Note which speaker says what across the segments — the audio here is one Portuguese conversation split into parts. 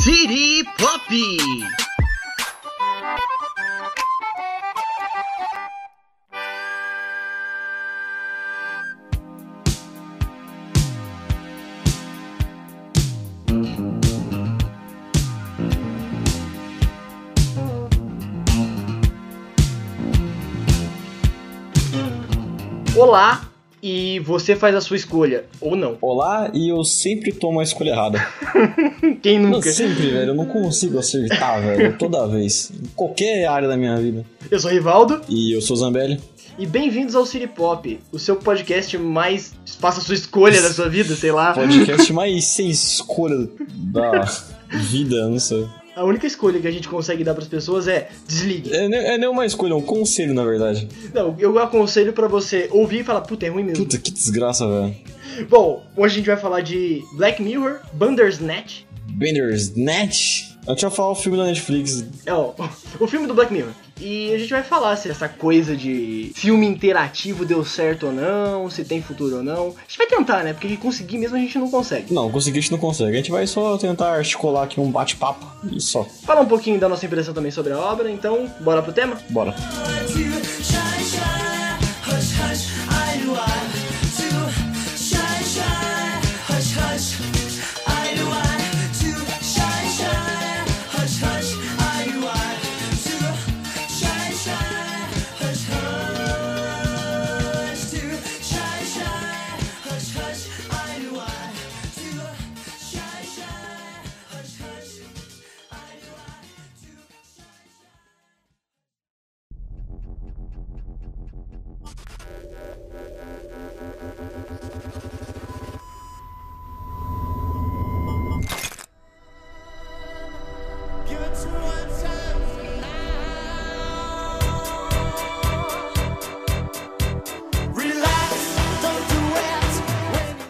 Speaker 1: City Pop! Olá, e você faz a sua escolha, ou não.
Speaker 2: Olá, e eu sempre tomo a escolha errada.
Speaker 1: Quem
Speaker 2: Não,
Speaker 1: nunca?
Speaker 2: sempre, velho. Eu não consigo acertar, velho. Toda vez. Em qualquer área da minha vida.
Speaker 1: Eu sou o Rivaldo,
Speaker 2: E eu sou o Zambelli.
Speaker 1: e bem-vindos ao City Pop, o seu podcast mais. faça a sua escolha da sua vida, sei lá.
Speaker 2: Podcast mais sem escolha da vida, não sei.
Speaker 1: A única escolha que a gente consegue dar pras pessoas é desligue.
Speaker 2: É, ne- é nem uma escolha, é um conselho, na verdade.
Speaker 1: Não, eu aconselho pra você ouvir e falar, puta, é ruim mesmo.
Speaker 2: Puta, que desgraça, velho.
Speaker 1: Bom, hoje a gente vai falar de Black Mirror, Bandersnatch.
Speaker 2: Bender's Net. A gente vai falar o filme da Netflix.
Speaker 1: É, ó, o filme do Black Mirror. E a gente vai falar se essa coisa de filme interativo deu certo ou não, se tem futuro ou não. A gente vai tentar, né? Porque conseguir mesmo a gente não consegue.
Speaker 2: Não, conseguir a gente não consegue. A gente vai só tentar articular aqui um bate-papo e só.
Speaker 1: Falar um pouquinho da nossa impressão também sobre a obra, então bora pro tema?
Speaker 2: Bora.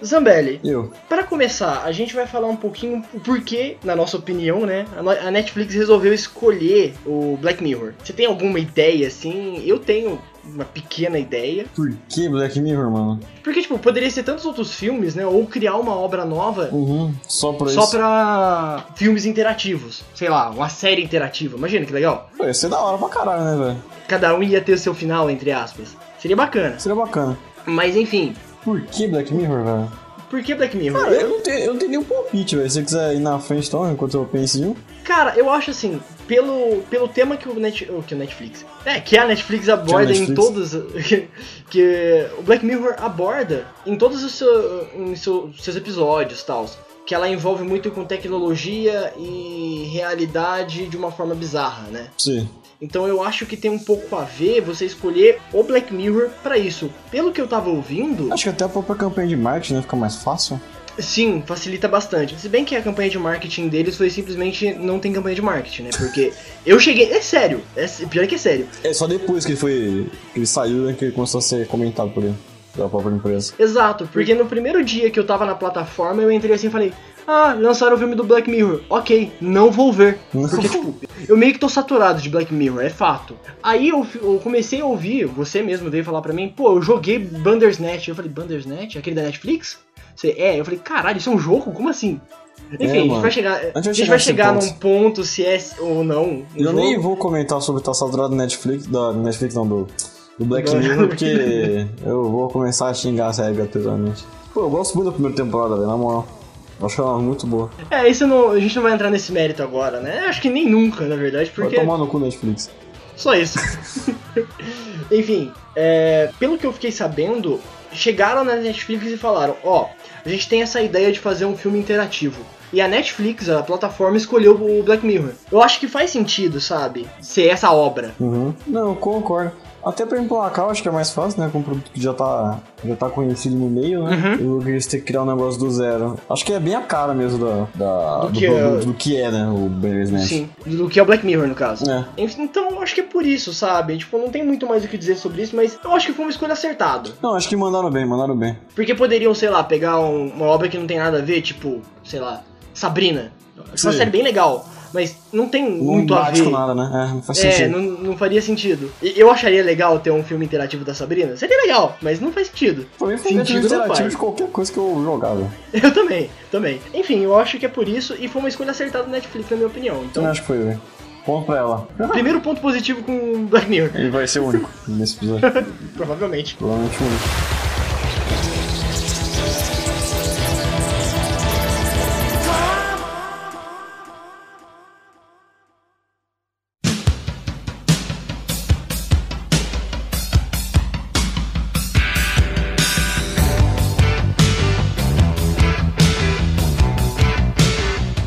Speaker 1: Zambelli,
Speaker 2: Eu.
Speaker 1: Para começar, a gente vai falar um pouquinho o porquê, na nossa opinião, né? a no- A Netflix resolveu escolher o Black Mirror. Você tem alguma ideia assim? Eu tenho uma pequena ideia.
Speaker 2: Por que Black Mirror, mano?
Speaker 1: Porque, tipo, poderia ser tantos outros filmes, né? Ou criar uma obra nova
Speaker 2: Uhum. Só por isso.
Speaker 1: só pra filmes interativos. Sei lá, uma série interativa. Imagina que legal.
Speaker 2: Pô, ia ser da hora pra caralho, né, velho?
Speaker 1: Cada um ia ter o seu final, entre aspas. Seria bacana.
Speaker 2: Seria bacana.
Speaker 1: Mas enfim,
Speaker 2: Por que Black Mirror, velho?
Speaker 1: por que Black Mirror?
Speaker 2: Cara, eu não tenho, eu não tenho nenhum palpite, velho. Se você quiser ir na frente, então, enquanto eu penso em um.
Speaker 1: Cara, eu acho assim, pelo, pelo tema que o, Net, o- que o Netflix. É, que a Netflix aborda em
Speaker 2: Netflix.
Speaker 1: todos. que o Black Mirror aborda em todos os seu- em seu- seus episódios tal. Que ela envolve muito com tecnologia e realidade de uma forma bizarra, né?
Speaker 2: Sim.
Speaker 1: Então eu acho que tem um pouco a ver você escolher o Black Mirror pra isso. Pelo que eu tava ouvindo,
Speaker 2: Acho que até a própria campanha de marketing, né? Fica mais fácil.
Speaker 1: sim, facilita bastante. Se bem que a campanha de marketing deles foi simplesmente não tem campanha de marketing, né? Porque eu cheguei. É sério, é, s- pior que é sério.
Speaker 2: É só depois que ele foi. que ele saiu, né? Que ele começou a ser comentado por ele. Pela própria empresa.
Speaker 1: Exato, porque no primeiro dia que eu tava na plataforma, eu entrei assim e falei: Ah, lançaram o filme do Black Mirror. Ok, não vou ver. Porque, tipo, eu meio que tô saturado de Black Mirror, é fato. Aí eu, fi- eu comecei a ouvir, você mesmo veio falar pra mim: Pô, eu joguei Bandersnatch. Eu falei: Bandersnatch? Aquele da Netflix? Você, é, eu falei: Caralho, isso é um jogo? Como assim? Enfim, a gente
Speaker 2: mano.
Speaker 1: vai chegar, a gente vai
Speaker 2: nesse
Speaker 1: chegar
Speaker 2: ponto.
Speaker 1: num ponto se é ou não. um
Speaker 2: Eu
Speaker 1: jogo.
Speaker 2: nem vou comentar sobre estar saturado da Netflix. Da Netflix não, do. Do Black
Speaker 1: Do-
Speaker 2: Mirror, porque eu vou começar a xingar essa regra totalmente. Pô, eu gosto muito da primeira temporada, velho, na moral. Eu Acho ela muito boa.
Speaker 1: É, isso eu não, a gente não vai entrar nesse mérito agora, né? Acho que nem nunca, na verdade, porque.
Speaker 2: Vai tomar no cu Netflix.
Speaker 1: Só isso. Enfim, é, pelo que eu fiquei sabendo, chegaram na Netflix e falaram: ó, a gente tem essa ideia de fazer um filme interativo. E a Netflix, a plataforma, escolheu o Black Mirror. Eu acho que faz sentido, sabe? Ser essa obra.
Speaker 2: Uhum. Não, eu concordo. Até pra emplacar, eu acho que é mais fácil, né? Com um produto que já tá, já tá conhecido no meio, né?
Speaker 1: Uhum.
Speaker 2: Eu queria ter que criar um negócio do zero. Acho que é bem a cara mesmo da, da-
Speaker 1: Do
Speaker 2: do,
Speaker 1: que é-
Speaker 2: produto, do que é, né? O Bears Net.
Speaker 1: Sim. Do que é o Black Mirror, no caso.
Speaker 2: É.
Speaker 1: Enfim, Então, eu acho que é por isso, sabe? Tipo, não tem muito mais o que dizer sobre isso, mas eu acho que foi uma escolha acertada.
Speaker 2: Não, acho que mandaram bem, mandaram bem.
Speaker 1: Porque poderiam, sei lá, pegar um- uma obra que não tem nada a ver, tipo, sei lá, Sabrina. Acho uma
Speaker 2: Sim.
Speaker 1: série bem legal. Mas não tem
Speaker 2: Não
Speaker 1: muito a
Speaker 2: bate
Speaker 1: ver.
Speaker 2: com nada, né? É, não faz
Speaker 1: É,
Speaker 2: sentido.
Speaker 1: não, não faria sentido. E Eu acharia legal ter um filme interativo da Sabrina? Seria legal, mas não faz sentido.
Speaker 2: Pra mim foi um método
Speaker 1: Sentido não
Speaker 2: interativo
Speaker 1: faz.
Speaker 2: de qualquer coisa que eu jogava.
Speaker 1: Eu também, também. Enfim, eu acho que é por isso e foi uma escolha acertada do Netflix, na minha opinião.
Speaker 2: Então
Speaker 1: Então,
Speaker 2: acho que foi, velho. Ponto pra ela.
Speaker 1: primeiro ponto positivo com Black Mirror,
Speaker 2: Ele vai ser o único nesse episódio.
Speaker 1: provavelmente.
Speaker 2: Provavelmente o único.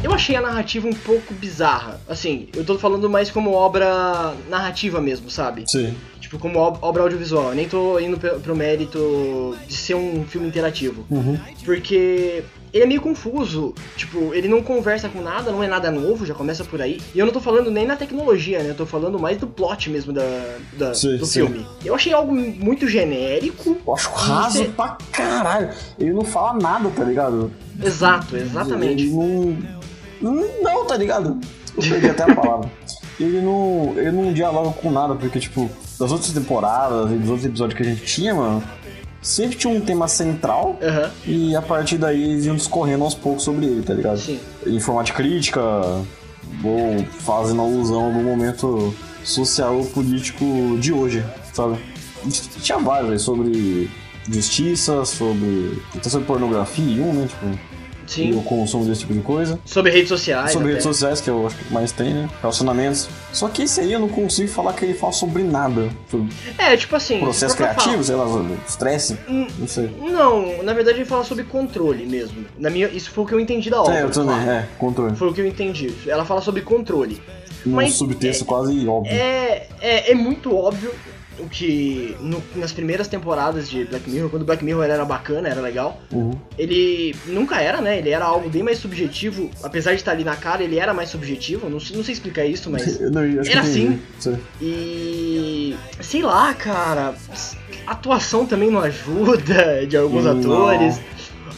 Speaker 1: Eu achei a narrativa um pouco bizarra. Assim, eu tô falando mais como obra narrativa mesmo, sabe?
Speaker 2: Sim.
Speaker 1: Tipo, como ob- obra audiovisual. Eu nem tô indo pe- pro mérito de ser um filme interativo.
Speaker 2: Uhum.
Speaker 1: Porque ele é meio confuso. Tipo, ele não conversa com nada, não é nada novo, já começa por aí. E eu não tô falando nem na tecnologia, né? Eu tô falando mais do plot mesmo da, da-
Speaker 2: Sim,
Speaker 1: do
Speaker 2: sim.
Speaker 1: filme. Eu achei algo muito genérico.
Speaker 2: Eu acho raso
Speaker 1: Você-
Speaker 2: pra caralho. Ele não fala nada, tá ligado?
Speaker 1: Exato, exatamente.
Speaker 2: Ele não. Não, não, tá ligado? Eu perdi até a palavra. Ele não, ele não dialoga com nada, porque, tipo, das outras temporadas e dos outros episódios que a gente tinha, mano, sempre tinha um tema central
Speaker 1: Aham,
Speaker 2: e a partir daí eles iam discorrendo aos poucos sobre ele, tá ligado?
Speaker 1: sim.
Speaker 2: em forma de crítica, ou fazendo alusão do momento social ou político de hoje, sabe? E Tinha vários aí sobre justiça, sobre. Até sobre pornografia, um, né? Tipo, e o
Speaker 1: Sim.
Speaker 2: consumo desse tipo de coisa.
Speaker 1: Sobre redes sociais.
Speaker 2: sobre
Speaker 1: até.
Speaker 2: redes sociais, que eu acho que mais tem, né? Relacionamentos. Só que esse aí eu não consigo falar que ele fala sobre nada. Sobre
Speaker 1: É, tipo assim.
Speaker 2: processo
Speaker 1: pra- pra falar-
Speaker 2: criativo, sei lá, sobre estresse,
Speaker 1: Hum,
Speaker 2: não sei.
Speaker 1: Não, na verdade ele fala sobre controle mesmo. Na minha, isso foi o que eu entendi da obra.
Speaker 2: É, eu também, é, controle.
Speaker 1: Foi o que eu entendi. Ela fala sobre controle.
Speaker 2: Um
Speaker 1: Mas-
Speaker 2: subtexto quase óbvio.
Speaker 1: É, é, é muito óbvio o que no- nas primeiras temporadas de Black Mirror, quando Black Mirror era bacana, era legal,
Speaker 2: Uhum.
Speaker 1: ele nunca era, né? Ele era algo bem mais subjetivo, apesar de estar ali na cara, ele era mais subjetivo, não, sei- não sei explicar isso, mas.
Speaker 2: Eu não- eu acho que
Speaker 1: Era
Speaker 2: eu entendi.
Speaker 1: assim.
Speaker 2: Sei.
Speaker 1: E. sei lá, cara. A atuação também não ajuda de alguns
Speaker 2: Não.
Speaker 1: atores.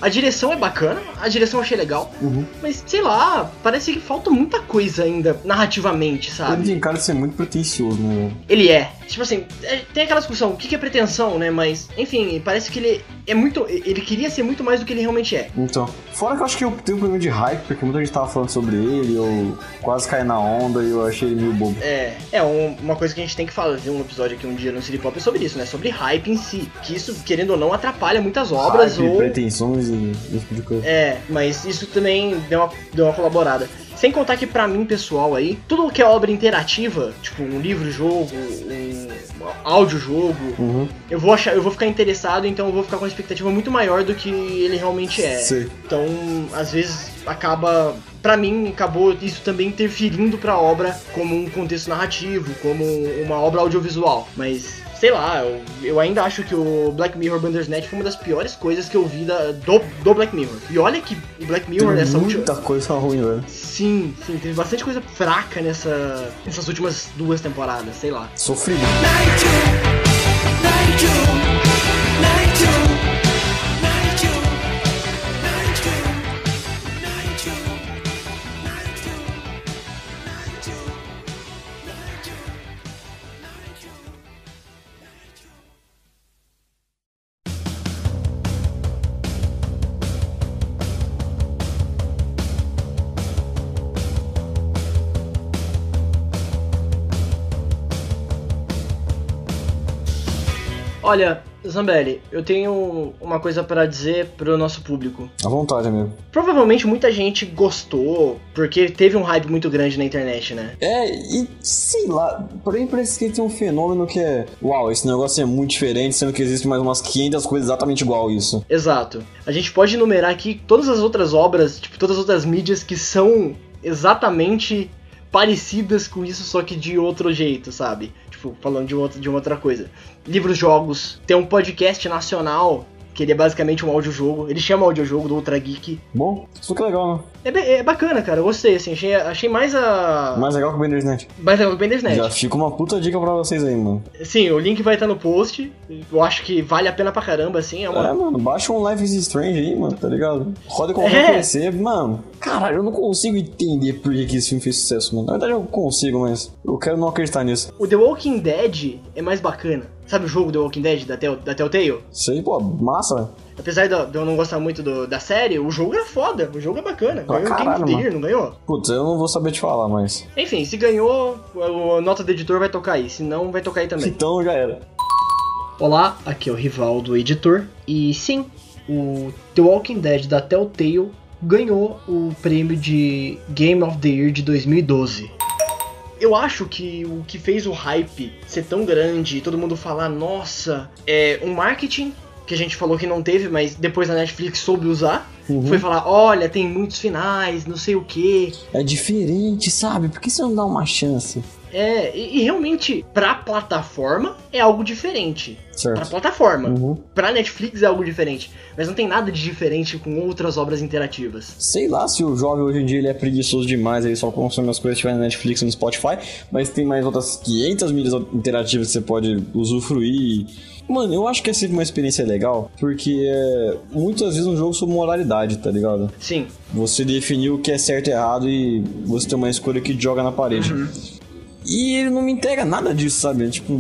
Speaker 1: A direção é bacana, a direção eu achei legal,
Speaker 2: Uhum.
Speaker 1: mas sei lá, parece que falta muita coisa ainda narrativamente,
Speaker 2: Ele
Speaker 1: sabe?
Speaker 2: tem cara de ser muito pretencioso, né? velho?
Speaker 1: ele é. Tipo assim, é- tem aquela discussão, o que que é pretensão, né? Mas, enfim, parece que ele é muito. Ele queria ser muito mais do que ele realmente é.
Speaker 2: Então, fora que eu acho que eu tenho um problema de hype, porque muita gente tava falando sobre ele, eu quase caí na onda e eu achei ele meio bobo.
Speaker 1: É, é um- uma coisa que a gente tem que fazer um episódio aqui um dia no City Pop é sobre isso, né? Sobre hype em si. Que isso, querendo ou não, atrapalha muitas obras
Speaker 2: hype,
Speaker 1: ou.
Speaker 2: pretensões e esse tipo de coisa.
Speaker 1: É, mas isso também deu uma, deu uma colaborada. Sem contar que pra mim, pessoal, aí, tudo que é obra interativa, tipo um livro-jogo, um áudio-jogo,
Speaker 2: Uhum.
Speaker 1: eu vou achar, eu vou ficar interessado, então eu vou ficar com uma expectativa muito maior do que ele realmente é.
Speaker 2: Sei.
Speaker 1: Então, às vezes acaba, Pra mim, acabou isso também interferindo pra obra como um contexto narrativo, como uma obra audiovisual. Mas sei lá, eu, eu ainda acho que o Black Mirror Bandersnatch foi uma das piores coisas que eu vi da- do, do Black Mirror. E olha que o Black Mirror
Speaker 2: Tem
Speaker 1: nessa última
Speaker 2: muita coisa ruim, velho.
Speaker 1: Sim, sim, teve bastante coisa fraca nessa nessas últimas duas temporadas, sei lá.
Speaker 2: Sofrido.
Speaker 1: Olha, Zambelli, eu tenho uma coisa pra dizer pro nosso público.
Speaker 2: À vontade, amigo.
Speaker 1: Provavelmente muita gente gostou, porque teve um hype muito grande na internet, né?
Speaker 2: É, e sei lá, porém parece que tem um fenômeno que é. Uau, esse negócio é muito diferente, sendo que existe mais umas 500 coisas exatamente igual a isso.
Speaker 1: Exato. A gente pode enumerar aqui todas as outras obras, tipo, todas as outras mídias que são exatamente parecidas com isso, só que de outro jeito, sabe? Tipo, falando de, um outro, de uma outra coisa. Livros, jogos, tem um podcast nacional que ele é basicamente um audiojogo. Ele chama audiojogo do Ultra Geek.
Speaker 2: Bom, isso que legal, né?
Speaker 1: É, be- é bacana, cara, eu gostei, assim, achei, achei mais a...
Speaker 2: Mais legal que o Bandersnet.
Speaker 1: mais legal que o Bandersnet.
Speaker 2: Já fica uma puta dica pra vocês aí, mano.
Speaker 1: Sim, o link vai estar no post, eu acho que vale a pena pra caramba, assim, é uma...
Speaker 2: É, mano, baixa um Life is Strange aí, mano, tá ligado? Roda com alguém
Speaker 1: É.
Speaker 2: conhecer, mano. Caralho, eu não consigo entender por que, que esse filme fez sucesso, mano. Na verdade eu consigo, mas eu quero não acreditar nisso.
Speaker 1: O The Walking Dead é mais bacana. Sabe o jogo The Walking Dead da, Tel- da Telltale?
Speaker 2: Isso aí, pô, massa.
Speaker 1: Apesar de eu- de eu não gostar muito do- da série, o jogo é foda, o jogo é bacana.
Speaker 2: Pra
Speaker 1: Ganhou o Game
Speaker 2: caralho,
Speaker 1: of the Year, não ganhou?
Speaker 2: Putz, eu não vou saber te falar, mas.
Speaker 1: Enfim, se ganhou, a a nota do editor vai tocar aí, se não, vai tocar aí também.
Speaker 2: Então já era.
Speaker 1: Olá, aqui é o rival do editor. E sim, o The Walking Dead da Telltale ganhou o prêmio de Game of the Year de 2012. Eu acho que o que fez o hype ser tão grande e todo mundo falar, nossa, é um marketing que a gente falou que não teve, mas depois a Netflix soube usar.
Speaker 2: Uhum.
Speaker 1: Foi falar, olha, tem muitos finais, não sei o que.
Speaker 2: É diferente, sabe? Por que você não dá uma chance?
Speaker 1: É, e, e realmente, pra plataforma, é algo diferente. Pra
Speaker 2: Certo.
Speaker 1: plataforma.
Speaker 2: Uhum.
Speaker 1: Pra Netflix é algo diferente, mas não tem nada de diferente com outras obras interativas.
Speaker 2: Sei lá se o jovem hoje em dia ele é preguiçoso demais, ele só consome as coisas que tiver na Netflix e no Spotify, mas tem mais outras 500 mídias interativas que você pode usufruir. Mano, eu acho que é sempre uma experiência legal, porque é, muitas vezes um jogo sobre moralidade, tá ligado?
Speaker 1: Sim,
Speaker 2: Você definiu o que é certo e errado e você tem uma escolha que joga na parede. E ele não me entrega nada disso, sabe? É Tipo.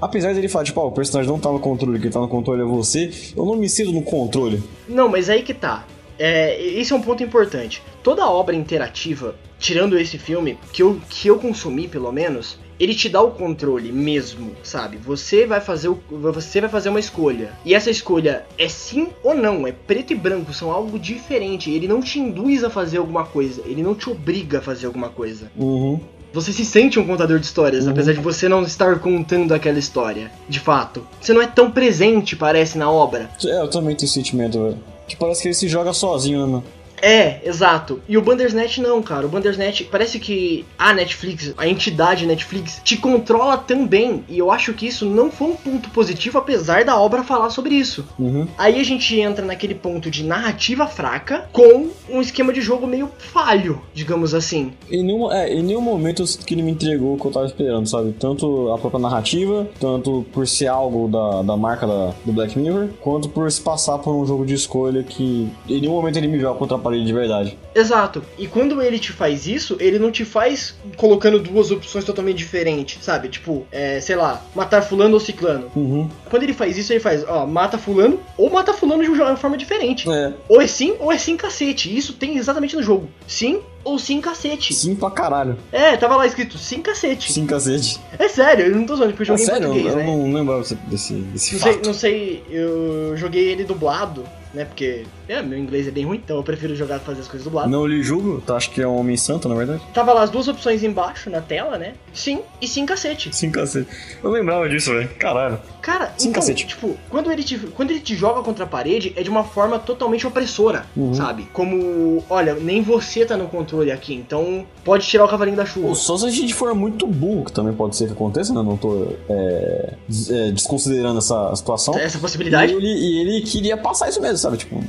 Speaker 2: apesar dele falar, tipo, ó, o personagem não tá no controle, quem tá no controle é você, eu não me sinto no controle.
Speaker 1: não, mas aí que tá. É, esse é um ponto importante. Toda obra interativa, tirando esse filme, que eu, que eu consumi pelo menos, ele te dá o controle mesmo, sabe? Você vai fazer o, você vai fazer uma escolha. E essa escolha é sim ou não, é preto e branco, são algo diferente. Ele não te induz a fazer alguma coisa, ele não te obriga a fazer alguma coisa.
Speaker 2: Uhum.
Speaker 1: Você se sente um contador de histórias,
Speaker 2: Uhum.
Speaker 1: apesar de você não estar contando aquela história, de fato. Você não é tão presente, parece, na obra.
Speaker 2: É, eu também tenho esse sentimento, velho. Que parece que ele se joga sozinho, né, mano?
Speaker 1: É, exato. E o Bandersnatch não, cara. O Bandersnatch parece que a Netflix, a entidade Netflix, te controla também. E eu acho que isso não foi um ponto positivo, apesar da obra falar sobre isso.
Speaker 2: Uhum.
Speaker 1: Aí a gente entra naquele ponto de narrativa fraca com um esquema de jogo meio falho, digamos assim.
Speaker 2: Em nenhum, é, em nenhum momento eu sinto que ele me entregou o que eu tava esperando, sabe? Tanto a própria narrativa, tanto por ser algo da, da marca da, do Black Mirror, quanto por se passar por um jogo de escolha que em nenhum momento ele me joga contra a parede de verdade.
Speaker 1: Exato. E quando ele te faz isso, ele não te faz colocando duas opções totalmente diferentes, sabe? Tipo, é, sei lá, matar fulano ou ciclano.
Speaker 2: Uhum.
Speaker 1: Quando ele faz isso, ele faz, ó, mata fulano ou mata fulano de uma forma diferente.
Speaker 2: É,
Speaker 1: Ou é sim ou é sim cacete. Isso tem exatamente no jogo. Sim ou sim cacete.
Speaker 2: sim pra caralho.
Speaker 1: É, tava lá escrito sim cacete.
Speaker 2: Sim, cacete.
Speaker 1: É sério, eu não tô zoando, porque eu
Speaker 2: Ah,
Speaker 1: joguei em
Speaker 2: sério, eu,
Speaker 1: português,
Speaker 2: eu
Speaker 1: né?
Speaker 2: não lembrava desse, desse, desse
Speaker 1: Não sei,
Speaker 2: fato.
Speaker 1: não sei, eu joguei ele dublado, né? Porque, é, meu inglês é bem ruim, então eu prefiro jogar fazer as coisas dublado.
Speaker 2: Não lhe julgo, tá? Acho que é um homem santo, na verdade.
Speaker 1: Tava lá as duas opções embaixo na tela, né? Sim e sim cacete.
Speaker 2: Sim, cacete. Eu lembrava disso, velho. Caralho.
Speaker 1: Cara,
Speaker 2: Sim,
Speaker 1: então,
Speaker 2: cacete.
Speaker 1: tipo, quando ele, te, quando ele te joga contra a parede, é de uma forma totalmente opressora,
Speaker 2: Uhum.
Speaker 1: sabe? Como, olha, nem você tá no controle aqui, então pode tirar o cavalinho da chuva.
Speaker 2: Pô, só se a gente for muito burro, que também pode ser que aconteça, né? Não tô é, des- é, desconsiderando essa situação.
Speaker 1: Essa
Speaker 2: E
Speaker 1: possibilidade?
Speaker 2: ele, e ele queria passar isso mesmo, sabe? Tipo,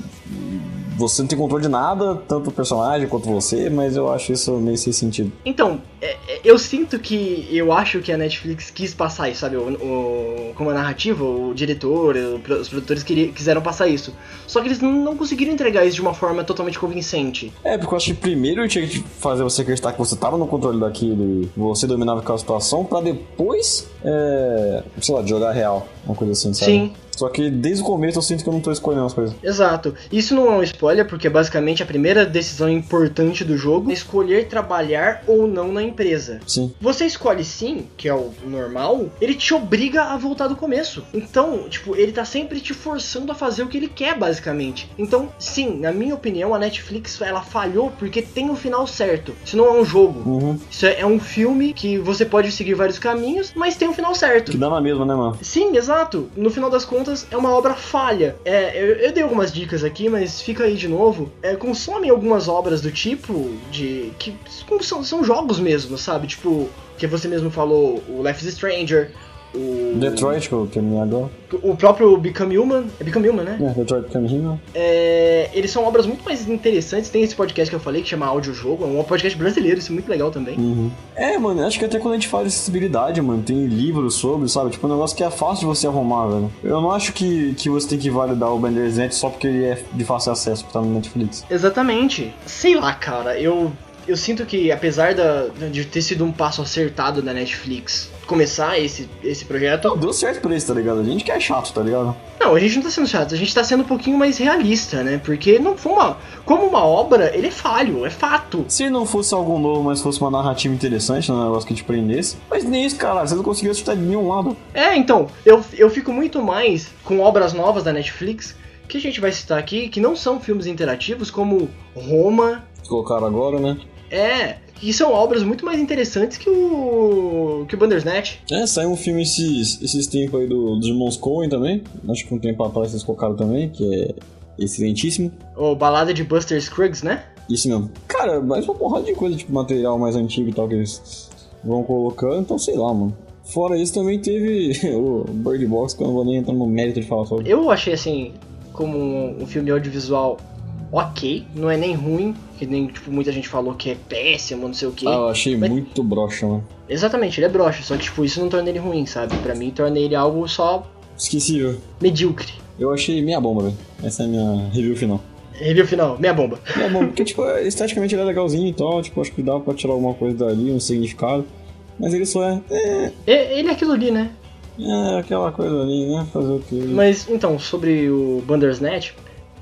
Speaker 2: você não tem controle de nada, tanto o personagem quanto você, mas eu acho isso meio sem sentido.
Speaker 1: Então, é- é- eu sinto que, eu acho que a Netflix quis passar isso, sabe? O, o- como a narrativa, o diretor, o pro- os produtores queria, quiseram passar isso. Só que eles não- não conseguiram entregar isso de uma forma totalmente convincente.
Speaker 2: É, porque eu acho que primeiro eu tinha que fazer você acreditar que você tava no controle daquilo e você dominava aquela situação, pra depois, é, sei lá, jogar real, uma coisa assim, sabe?
Speaker 1: Sim.
Speaker 2: Só que desde o começo eu sinto que eu não tô escolhendo as coisas.
Speaker 1: Exato. Isso não é um spoiler, porque basicamente a primeira decisão importante do jogo é escolher trabalhar ou não na empresa.
Speaker 2: Sim.
Speaker 1: Você escolhe sim, que é o normal, ele te obriga a voltar do começo. Então, tipo, ele tá sempre te forçando a fazer o que ele quer, basicamente. Então, sim, na minha opinião, a Netflix ela falhou porque tem o final certo. Isso não é um jogo.
Speaker 2: Uhum.
Speaker 1: Isso é é um filme que você pode seguir vários caminhos, mas tem o final certo.
Speaker 2: Que dá na mesma, né, mano?
Speaker 1: Sim, exato. No final das contas, é uma obra falha. É, eu, eu dei algumas dicas aqui, mas fica aí de novo. É, consomem algumas obras do tipo de. que são, são jogos mesmo, sabe? Tipo, que você mesmo falou, o Life is Stranger. O,
Speaker 2: Detroit, que eu terminei agora.
Speaker 1: o próprio Become Human. É Become Human, né?
Speaker 2: É, Detroit Become Human.
Speaker 1: É, eles são obras muito mais interessantes. Tem esse podcast que eu falei que chama Audiojogo, é um podcast brasileiro, isso é muito legal também.
Speaker 2: É, mano, acho que até quando a gente fala de acessibilidade, mano, tem livros sobre, sabe? Tipo, um negócio que é fácil de você arrumar, velho. Eu não acho que, que você tem que validar o Bandersnatch só porque ele é de fácil acesso, porque tá no Netflix.
Speaker 1: Exatamente. Sei lá, cara, eu. Eu sinto que, apesar da, de ter sido um passo acertado da Netflix começar esse, esse projeto.
Speaker 2: Então, deu certo pra isso, tá ligado? A gente que é chato, tá ligado?
Speaker 1: Não, a gente não tá sendo chato, a gente tá sendo um pouquinho mais realista, né? Porque não foi uma. Como uma obra, ele é falho, é fato.
Speaker 2: Se não fosse algo novo, mas fosse uma narrativa interessante, um negócio que te prendesse. Mas nem isso, cara, você não conseguiu acertar de nenhum lado.
Speaker 1: É, então, eu, eu fico muito mais com obras novas da Netflix que a gente vai citar aqui, que não são filmes interativos, como Roma.
Speaker 2: Colocaram agora, né?
Speaker 1: É, que são obras muito mais interessantes que o. que o Bandersnatch.
Speaker 2: É, saiu um filme esses, esses tempos aí do, dos irmãos Coen também. Acho que um tempo atrás vocês colocaram também, que é excelentíssimo.
Speaker 1: Ou Balada de Buster Scruggs, né?
Speaker 2: Isso mesmo. Cara, mas uma porrada de coisa, tipo, material mais antigo e tal que eles vão colocando, então sei lá, mano. Fora isso, também teve o Bird Box, que eu não vou nem entrar no mérito de falar sobre.
Speaker 1: Eu achei assim, como um, um filme audiovisual ok, não é nem ruim, que nem tipo, muita gente falou que é péssimo, não sei o quê.
Speaker 2: Ah, eu achei
Speaker 1: Mas-
Speaker 2: muito broxa, mano.
Speaker 1: Exatamente, ele é broxa, só que tipo, isso não torna ele ruim, sabe? Pra mim torna ele algo só
Speaker 2: Esquecível.
Speaker 1: medíocre.
Speaker 2: Eu achei meia bomba, velho. Essa é a minha review final.
Speaker 1: Review é final, minha bomba.
Speaker 2: Meia bomba, porque, tipo, esteticamente ele é legalzinho e tal, tipo, acho que dá pra tirar alguma coisa dali, um significado. Mas ele só é, é,
Speaker 1: E- Ele é aquilo ali, né?
Speaker 2: é aquela coisa ali, né? Fazer o quê?
Speaker 1: Mas então, sobre o Bandersnatch,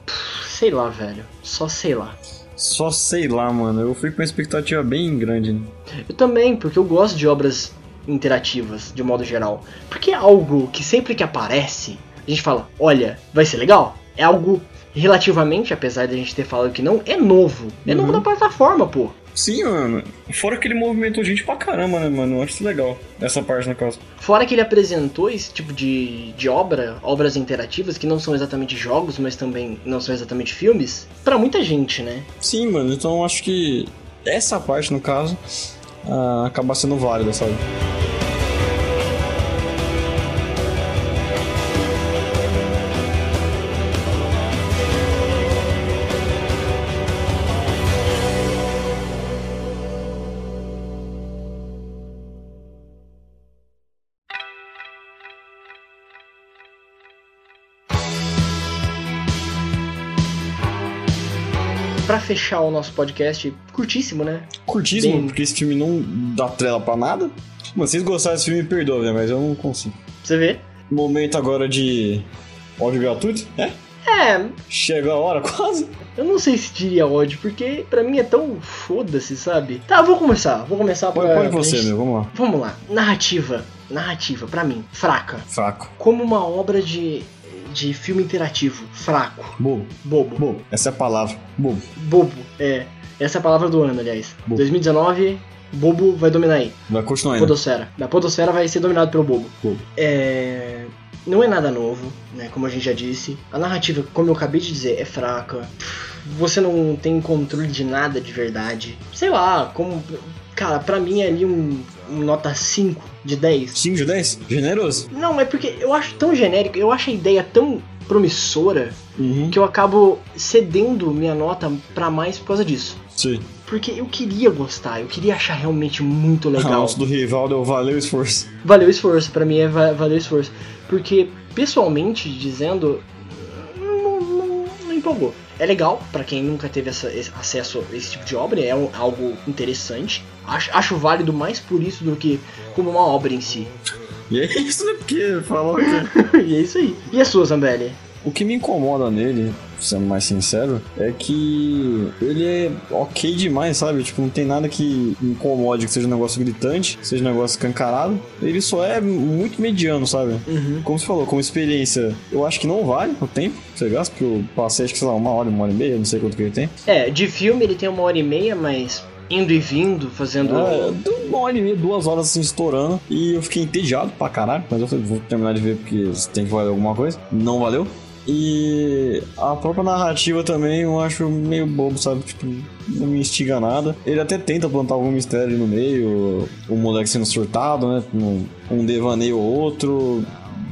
Speaker 1: pff, sei lá, velho. Só sei lá.
Speaker 2: Só sei lá, mano. Eu fui com uma expectativa bem grande. né?
Speaker 1: Eu também, porque eu gosto de obras interativas, de modo geral. Porque é algo que sempre que aparece, a gente fala, olha, vai ser legal. É algo relativamente, apesar de a gente ter falado que não, é novo. É novo
Speaker 2: Uhum.
Speaker 1: da plataforma, pô.
Speaker 2: Sim, mano. Fora que ele movimentou gente pra caramba, né, mano? Eu acho isso legal. Essa parte, no caso.
Speaker 1: Fora que ele apresentou esse tipo de, de obra, obras interativas, que não são exatamente jogos, mas também não são exatamente filmes, pra muita gente, né?
Speaker 2: Sim, mano. Então eu acho que essa parte, no caso, ah, acaba sendo válida, sabe?
Speaker 1: Pra fechar o nosso podcast, curtíssimo, né?
Speaker 2: Curtíssimo,
Speaker 1: Bem-
Speaker 2: porque esse filme não dá trela pra nada. Mano, se vocês gostaram desse filme, perdoa, velho, mas eu não consigo.
Speaker 1: Pra Você vê?
Speaker 2: Momento agora de ódio gratuito, né?
Speaker 1: É,
Speaker 2: Chegou a hora, quase.
Speaker 1: Eu não sei se diria ódio, porque pra mim é tão foda-se, sabe? Tá, vou começar. Vou começar
Speaker 2: Põe,
Speaker 1: pra.
Speaker 2: põe
Speaker 1: pra
Speaker 2: você,
Speaker 1: gente-
Speaker 2: meu, vamos lá.
Speaker 1: Vamos lá. Narrativa. Narrativa, pra mim, fraca.
Speaker 2: Fraco.
Speaker 1: Como uma obra de. de filme interativo. Fraco.
Speaker 2: Bobo.
Speaker 1: Bobo.
Speaker 2: Bobo. Essa é a palavra. Bobo.
Speaker 1: Bobo. É. Essa é a palavra do ano, aliás.
Speaker 2: Bobo.
Speaker 1: 2019, bobo vai dominar aí.
Speaker 2: Vai né? continuar ainda.
Speaker 1: Podosfera. Da Podosfera vai ser dominado pelo bobo.
Speaker 2: Bobo.
Speaker 1: É. Não é nada novo, né? Como a gente já disse. A narrativa, como eu acabei de dizer, é fraca. Você não tem controle de nada de verdade. Sei lá, como. Cara, pra mim é ali um, um nota 5 de 10.
Speaker 2: 5 de 10? Generoso.
Speaker 1: Não, é porque eu acho tão genérico, eu acho a ideia tão promissora
Speaker 2: Uhum.
Speaker 1: que eu acabo cedendo minha nota pra mais por causa disso.
Speaker 2: Sim.
Speaker 1: Porque eu queria gostar, eu queria achar realmente muito
Speaker 2: A
Speaker 1: legal.
Speaker 2: nossa do Rivaldo, eu valeu o esforço.
Speaker 1: valeu o esforço, pra mim é va- valeu o esforço. Porque, pessoalmente dizendo, não, não- não empolgou. É legal, pra quem nunca teve essa- esse acesso a esse tipo de obra, é um- algo interessante. Acho, acho válido mais por isso do que como uma obra em si.
Speaker 2: E é isso, né? Porque falou que...
Speaker 1: e é isso aí. E a sua, Zambelli?
Speaker 2: O que me incomoda nele, sendo mais sincero, é que ele é ok demais, sabe? Tipo, não tem nada que me incomode, que seja um negócio gritante, que seja um negócio escancarado. Ele só é muito mediano, sabe?
Speaker 1: Uhum.
Speaker 2: Como você falou, como experiência, eu acho que não vale o tempo que você gasta, porque eu passei, acho que, sei lá, uma hora, uma hora e meia, não sei quanto que ele tem.
Speaker 1: É, de filme ele tem uma hora e meia, mas indo e vindo, fazendo.
Speaker 2: É, deu uma hora e meia, duas horas assim estourando. E eu fiquei entediado pra caralho. Mas eu falei, vou terminar de ver porque tem que valer alguma coisa. Não valeu. E a própria narrativa também eu acho meio bobo, sabe? Tipo, não me instiga nada. Ele até tenta plantar algum mistério ali no meio, o moleque sendo surtado, né? Um, um devaneio ou outro,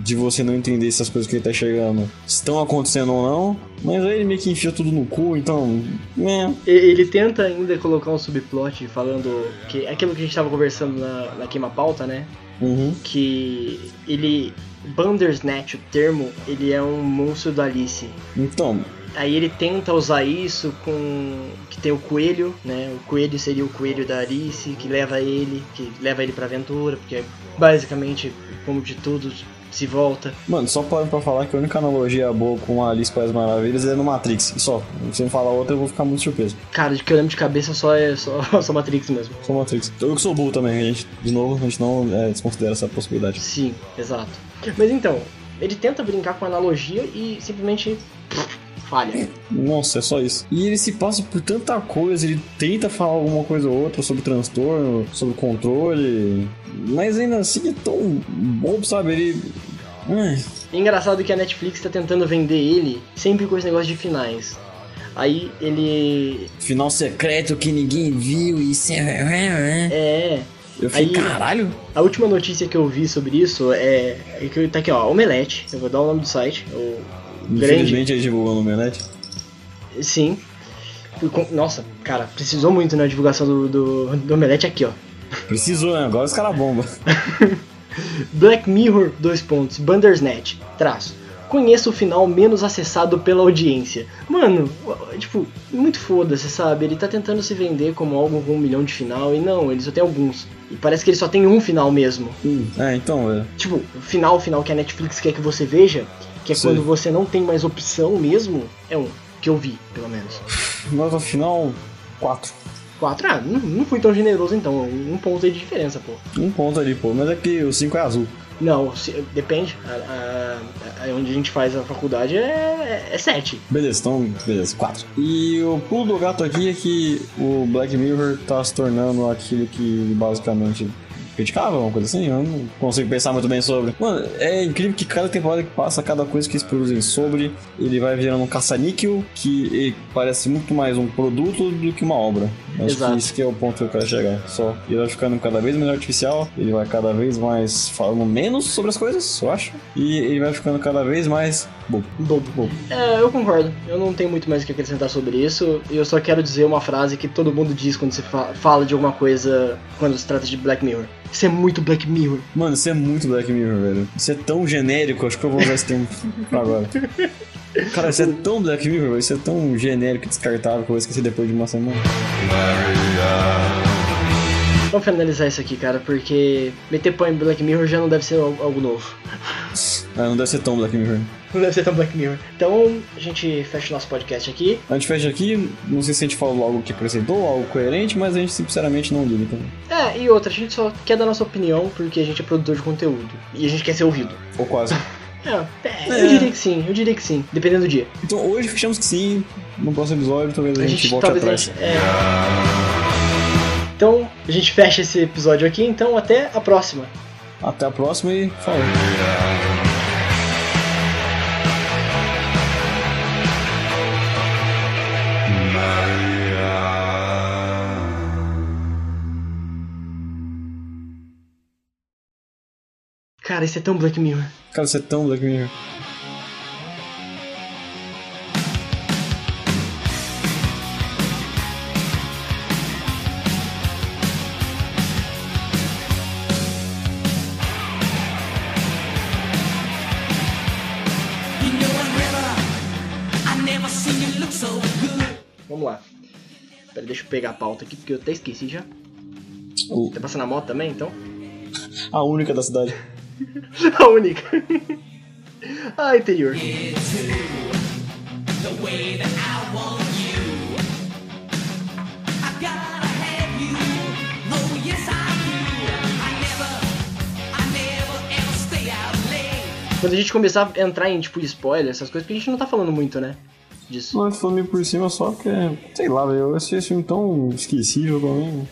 Speaker 2: de você não entender se as coisas que ele tá chegando estão acontecendo ou não. Mas aí ele meio que enfia tudo no cu, então. Né?
Speaker 1: Ele tenta ainda colocar um subplot falando que é aquilo que a gente tava conversando na, na queima-pauta, né?
Speaker 2: Uhum.
Speaker 1: Que ele. Bandersnatch, o termo, ele é um monstro da Alice.
Speaker 2: Então,
Speaker 1: Aí ele tenta usar isso com que tem o coelho, né? O coelho seria o coelho da Alice que leva ele, que leva ele para aventura, porque basicamente como de tudo se volta.
Speaker 2: mano, só parando pra falar que a única analogia boa com a Alice País Maravilhas é no Matrix. E só, se eu falar outra, eu vou ficar muito surpreso.
Speaker 1: Cara, de que eu lembro de cabeça só é só, só Matrix mesmo.
Speaker 2: Só Matrix. Eu que sou burro também, a gente, de novo, a gente não é, desconsidera essa possibilidade.
Speaker 1: Sim, exato. Mas então, ele tenta brincar com a analogia e simplesmente pff, falha.
Speaker 2: Nossa, é só isso. E ele se passa por tanta coisa, ele tenta falar alguma coisa ou outra sobre transtorno, sobre controle, mas ainda assim é tão bobo, sabe? Ele. Ai,
Speaker 1: E engraçado que a Netflix tá tentando vender ele sempre com esse negócio de finais. Aí ele.
Speaker 2: final secreto que ninguém viu e. se-
Speaker 1: É.
Speaker 2: Eu falei,
Speaker 1: Aí-
Speaker 2: caralho?
Speaker 1: A última notícia que eu vi sobre isso é. é que tá aqui, ó, Omelete. Eu vou dar o nome do site. O grande.
Speaker 2: Infelizmente ele divulgou no Omelete.
Speaker 1: Sim. E com- Nossa, cara, precisou muito na divulgação do, do, do Omelete aqui, ó.
Speaker 2: Precisou, né? Agora os caras bomba.
Speaker 1: Black Mirror, dois pontos, Bandersnatch, traço. Conheça o final menos acessado pela audiência. Mano, tipo, muito foda-se, sabe? Ele tá tentando se vender como algo com um milhão de final e não, ele só tem alguns. E parece que ele só tem um final mesmo.
Speaker 2: É, então, velho.
Speaker 1: Tipo, o final, o final que a Netflix quer que você veja, que é
Speaker 2: Sim.
Speaker 1: quando você não tem mais opção mesmo, é um. Que eu vi, pelo menos.
Speaker 2: Nota final 4.
Speaker 1: Quatro, ah, não, não fui tão generoso então, um ponto aí de diferença, pô.
Speaker 2: Um ponto ali, pô. Mas é que o 5 é azul.
Speaker 1: Não, se- depende. A, a- a- onde a gente faz a faculdade é, é, é sete.
Speaker 2: Beleza, então, beleza, 4. E o pulo do gato aqui é que o Black Mirror tá se tornando aquilo que basicamente criticava, uma coisa assim, eu não consigo pensar muito bem sobre. Mano, é incrível que cada temporada que passa, cada coisa que eles produzem sobre, ele vai virando um caça-níquel que ele parece muito mais um produto do que uma obra. Acho
Speaker 1: Exato.
Speaker 2: que isso que é o ponto que eu quero chegar. Só ele vai ficando cada vez mais artificial, ele vai cada vez mais falando menos sobre as coisas, eu acho, e ele vai ficando cada vez mais bobo.
Speaker 1: Bobo.
Speaker 2: bobo.
Speaker 1: É, eu concordo. Eu não tenho muito mais o que acrescentar sobre isso. Eu só quero dizer uma frase que todo mundo diz quando se fa- fala de alguma coisa quando se trata de Black Mirror. Isso é muito Black Mirror.
Speaker 2: Mano, isso é muito Black Mirror, velho. Isso é tão genérico, acho que eu vou usar esse tempo pra agora. Cara, isso é tão Black Mirror, velho. Isso é tão genérico e descartável que eu vou esquecer depois de uma semana.
Speaker 1: Vamos finalizar isso aqui, cara, porque meter pão em Black Mirror já não deve ser al- algo novo.
Speaker 2: Ah, não deve ser tão Black Mirror.
Speaker 1: Não deve ser tão Black Mirror. Então, a gente fecha o nosso podcast aqui.
Speaker 2: A gente fecha aqui, não sei se a gente falou algo que acrescentou, algo coerente, mas a gente sinceramente não liga então. também.
Speaker 1: É, e outra, a gente só quer dar nossa opinião porque a gente é produtor de conteúdo. E a gente quer ser ouvido.
Speaker 2: Ou quase.
Speaker 1: É, é,
Speaker 2: É.
Speaker 1: eu diria que sim, eu diria que sim, dependendo do dia.
Speaker 2: Então hoje fechamos que sim, no próximo episódio talvez a, gente, volte
Speaker 1: talvez a
Speaker 2: atrás.
Speaker 1: gente- é. Então, a gente fecha esse episódio aqui, então até a próxima.
Speaker 2: Até a próxima e falou.
Speaker 1: Cara, isso é tão Black Mirror.
Speaker 2: Cara, isso é tão Black Mirror.
Speaker 3: You know what, River? I never seen you look so good.
Speaker 1: Vamos lá. Pera, deixa eu pegar a pauta aqui, porque eu até esqueci já.
Speaker 2: O-
Speaker 1: Tá passando a moto também, então?
Speaker 2: a única da cidade.
Speaker 1: A única. ah, interior.
Speaker 3: The way that I want you. I gotta have you. Oh, yes, I do. I never, I never ever stay out late.
Speaker 1: Quando a gente começar a entrar em, tipo, spoiler, essas coisas, porque a gente não tá falando muito, né? Disso.
Speaker 2: Não, eu falei por cima só porque, sei lá, velho, eu assisti esse filme tão esquecível pra mim.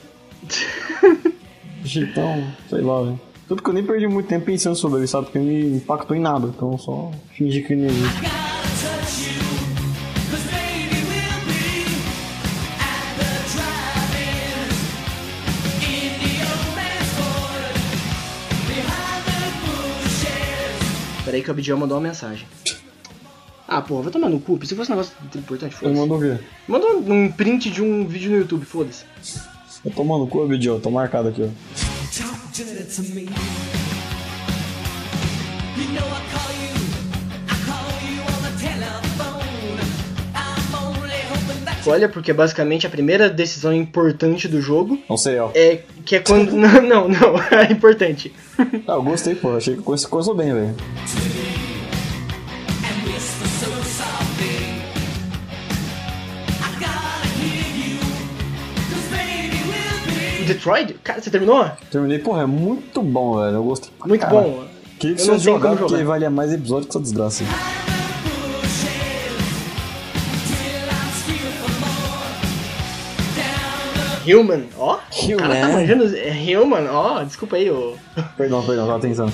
Speaker 2: Achei tão, sei lá, velho. Tanto que eu nem perdi muito tempo pensando sobre ele, sabe? Porque não me impactou em nada, então só fingi que não existe.
Speaker 3: Gotta
Speaker 1: Peraí que o Abdiel mandou uma mensagem. Ah, porra, vai tomar no cu. Se fosse um negócio importante,
Speaker 2: Ele
Speaker 1: foda-se.
Speaker 2: mandou o quê?
Speaker 1: Mandou um print de um vídeo no YouTube, foda-se.
Speaker 2: Eu tô tomando cu, Abidio, tá marcado aqui, ó.
Speaker 3: Talk dirty to me. You know I call you, I call you on the telephone. I'm only hoping that
Speaker 1: Olha, porque basicamente a primeira decisão importante do jogo
Speaker 2: Não sei, ó.
Speaker 1: é que é quando. não, não, não, é importante.
Speaker 2: Ah, eu gostei, pô. Achei que coisa coisou bem, velho.
Speaker 3: and whisper so softly. I gotta hear you, 'cause baby we'll be.
Speaker 1: Detroit? Cara, você terminou?
Speaker 2: Terminei, porra, é muito bom, velho. Eu gostei. pra
Speaker 1: Muito
Speaker 2: caralho.
Speaker 1: bom.
Speaker 2: Queria que
Speaker 1: Eu não
Speaker 2: vocês
Speaker 1: tenho como
Speaker 2: jogassem, porque
Speaker 1: jogar.
Speaker 2: valia mais episódio que essa desgraça.
Speaker 1: Human, ó.
Speaker 2: Human.
Speaker 1: Cara, tá manjando. É Human, ó. Desculpa aí, ô.
Speaker 2: Perdão, perdão, tava pensando.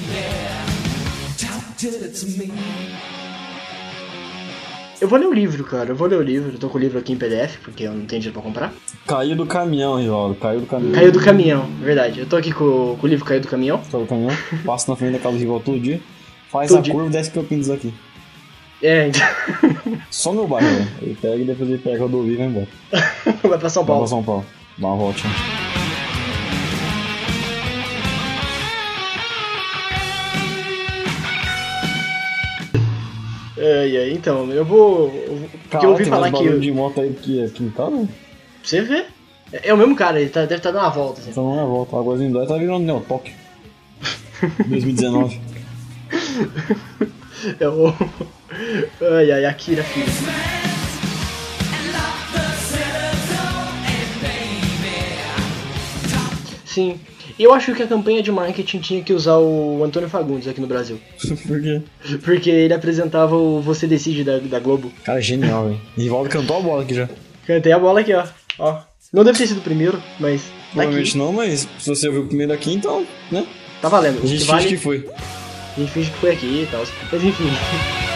Speaker 1: Eu vou ler o livro, cara. Eu vou ler o livro. Eu tô com o livro aqui em PDF, porque eu não tenho dinheiro pra comprar.
Speaker 2: Caiu do caminhão, Rivaldo. Caiu do caminhão.
Speaker 1: Caiu do caminhão, verdade. Eu tô aqui com, com o livro Caiu do Caminhão.
Speaker 2: Caiu do caminhão. Passa na frente da casa do rival todo dia. Faz
Speaker 1: Todo
Speaker 2: a
Speaker 1: dia.
Speaker 2: curva e desce pepinhos aqui.
Speaker 1: É, então.
Speaker 2: Só meu bairro, velho. Ele pega e depois ele pega a rodovia e vai embora.
Speaker 1: Vai pra São
Speaker 2: Vai pra
Speaker 1: Paulo.
Speaker 2: São Paulo. Dá uma volta.
Speaker 1: É, e aí, então, eu vou. eu vou- Porque
Speaker 2: Caralho,
Speaker 1: eu ouvi
Speaker 2: tem
Speaker 1: falar
Speaker 2: mais
Speaker 1: que.
Speaker 2: barulho de moto aí que é quintal, velho.
Speaker 1: Pra você ver. É é o mesmo cara, ele tá- deve estar dando uma volta. Assim.
Speaker 2: Então não é volta. Agora em Dói tá virando Neotóquio. 2019.
Speaker 1: É o. Ai, ai, Akira, filho. Sim. Eu acho que a campanha de marketing tinha que usar o Antônio Fagundes aqui no Brasil.
Speaker 2: Por quê?
Speaker 1: Porque ele apresentava o Você Decide da, da Globo.
Speaker 2: Cara, genial, velho. Rivaldo cantou a bola aqui já.
Speaker 1: Cantei a bola aqui, ó. ó. Não deve ter sido o primeiro, mas tá
Speaker 2: Provavelmente
Speaker 1: aqui.
Speaker 2: não, mas se você ouviu o primeiro aqui, então, né?
Speaker 1: Tá valendo.
Speaker 2: A gente
Speaker 1: vale,
Speaker 2: finge que foi.
Speaker 1: a gente finge que foi aqui e tal. Mas enfim.